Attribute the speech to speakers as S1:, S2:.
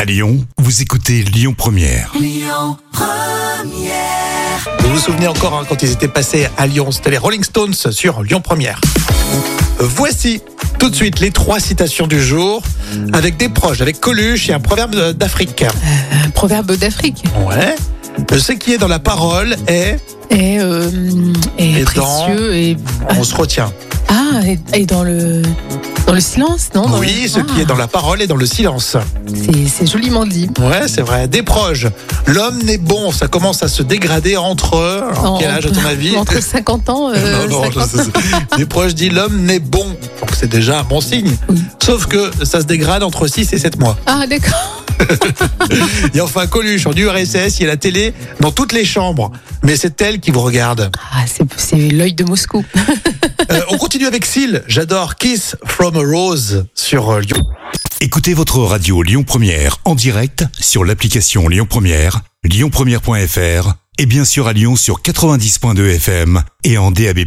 S1: À Lyon, vous écoutez Lyon Première.
S2: Vous vous souvenez encore hein, quand ils étaient passés à Lyon, c'était les Rolling Stones sur Lyon Première. Voici tout de suite les trois citations du jour avec des proches, avec Coluche et un proverbe euh, d'Afrique.
S3: Euh, Un proverbe d'Afrique.
S2: Ouais. Ce qui est dans la parole est
S3: Et, euh, et
S2: Et
S3: précieux et.
S2: on se retient.
S3: Ah, et, et dans le. Dans le silence, non Dans
S2: Oui,
S3: le-
S2: ce qui est dans la parole est dans le silence.
S3: Ah, C'est c'est joliment dit.
S2: Ouais, c'est vrai. Des proches. L'homme n'est bon, ça commence à se dégrader entre. Alors,
S3: En-
S2: quel âge à ton avis
S3: Entre 50 ans. euh,
S2: Non, non,
S3: 50
S2: je sais- Des proches dit l'homme n'est bon. Donc c'est déjà un bon signe. Sauf que ça se dégrade entre 6 et 7 mois.
S3: Ah, d'accord.
S2: Et enfin, Coluche, en URSS, il y a la télé dans toutes les chambres. Mais c'est elle qui vous regarde.
S3: Ah, c'est c'est l'œil de Moscou.
S2: Euh, on continue avec Syl. J'adore Kiss from a Rose sur euh, Lyon.
S1: Écoutez votre radio Lyon Première en direct sur l'application Lyon Première, lyonpremière.fr et bien sûr à Lyon sur 90.2 FM et en DAB+.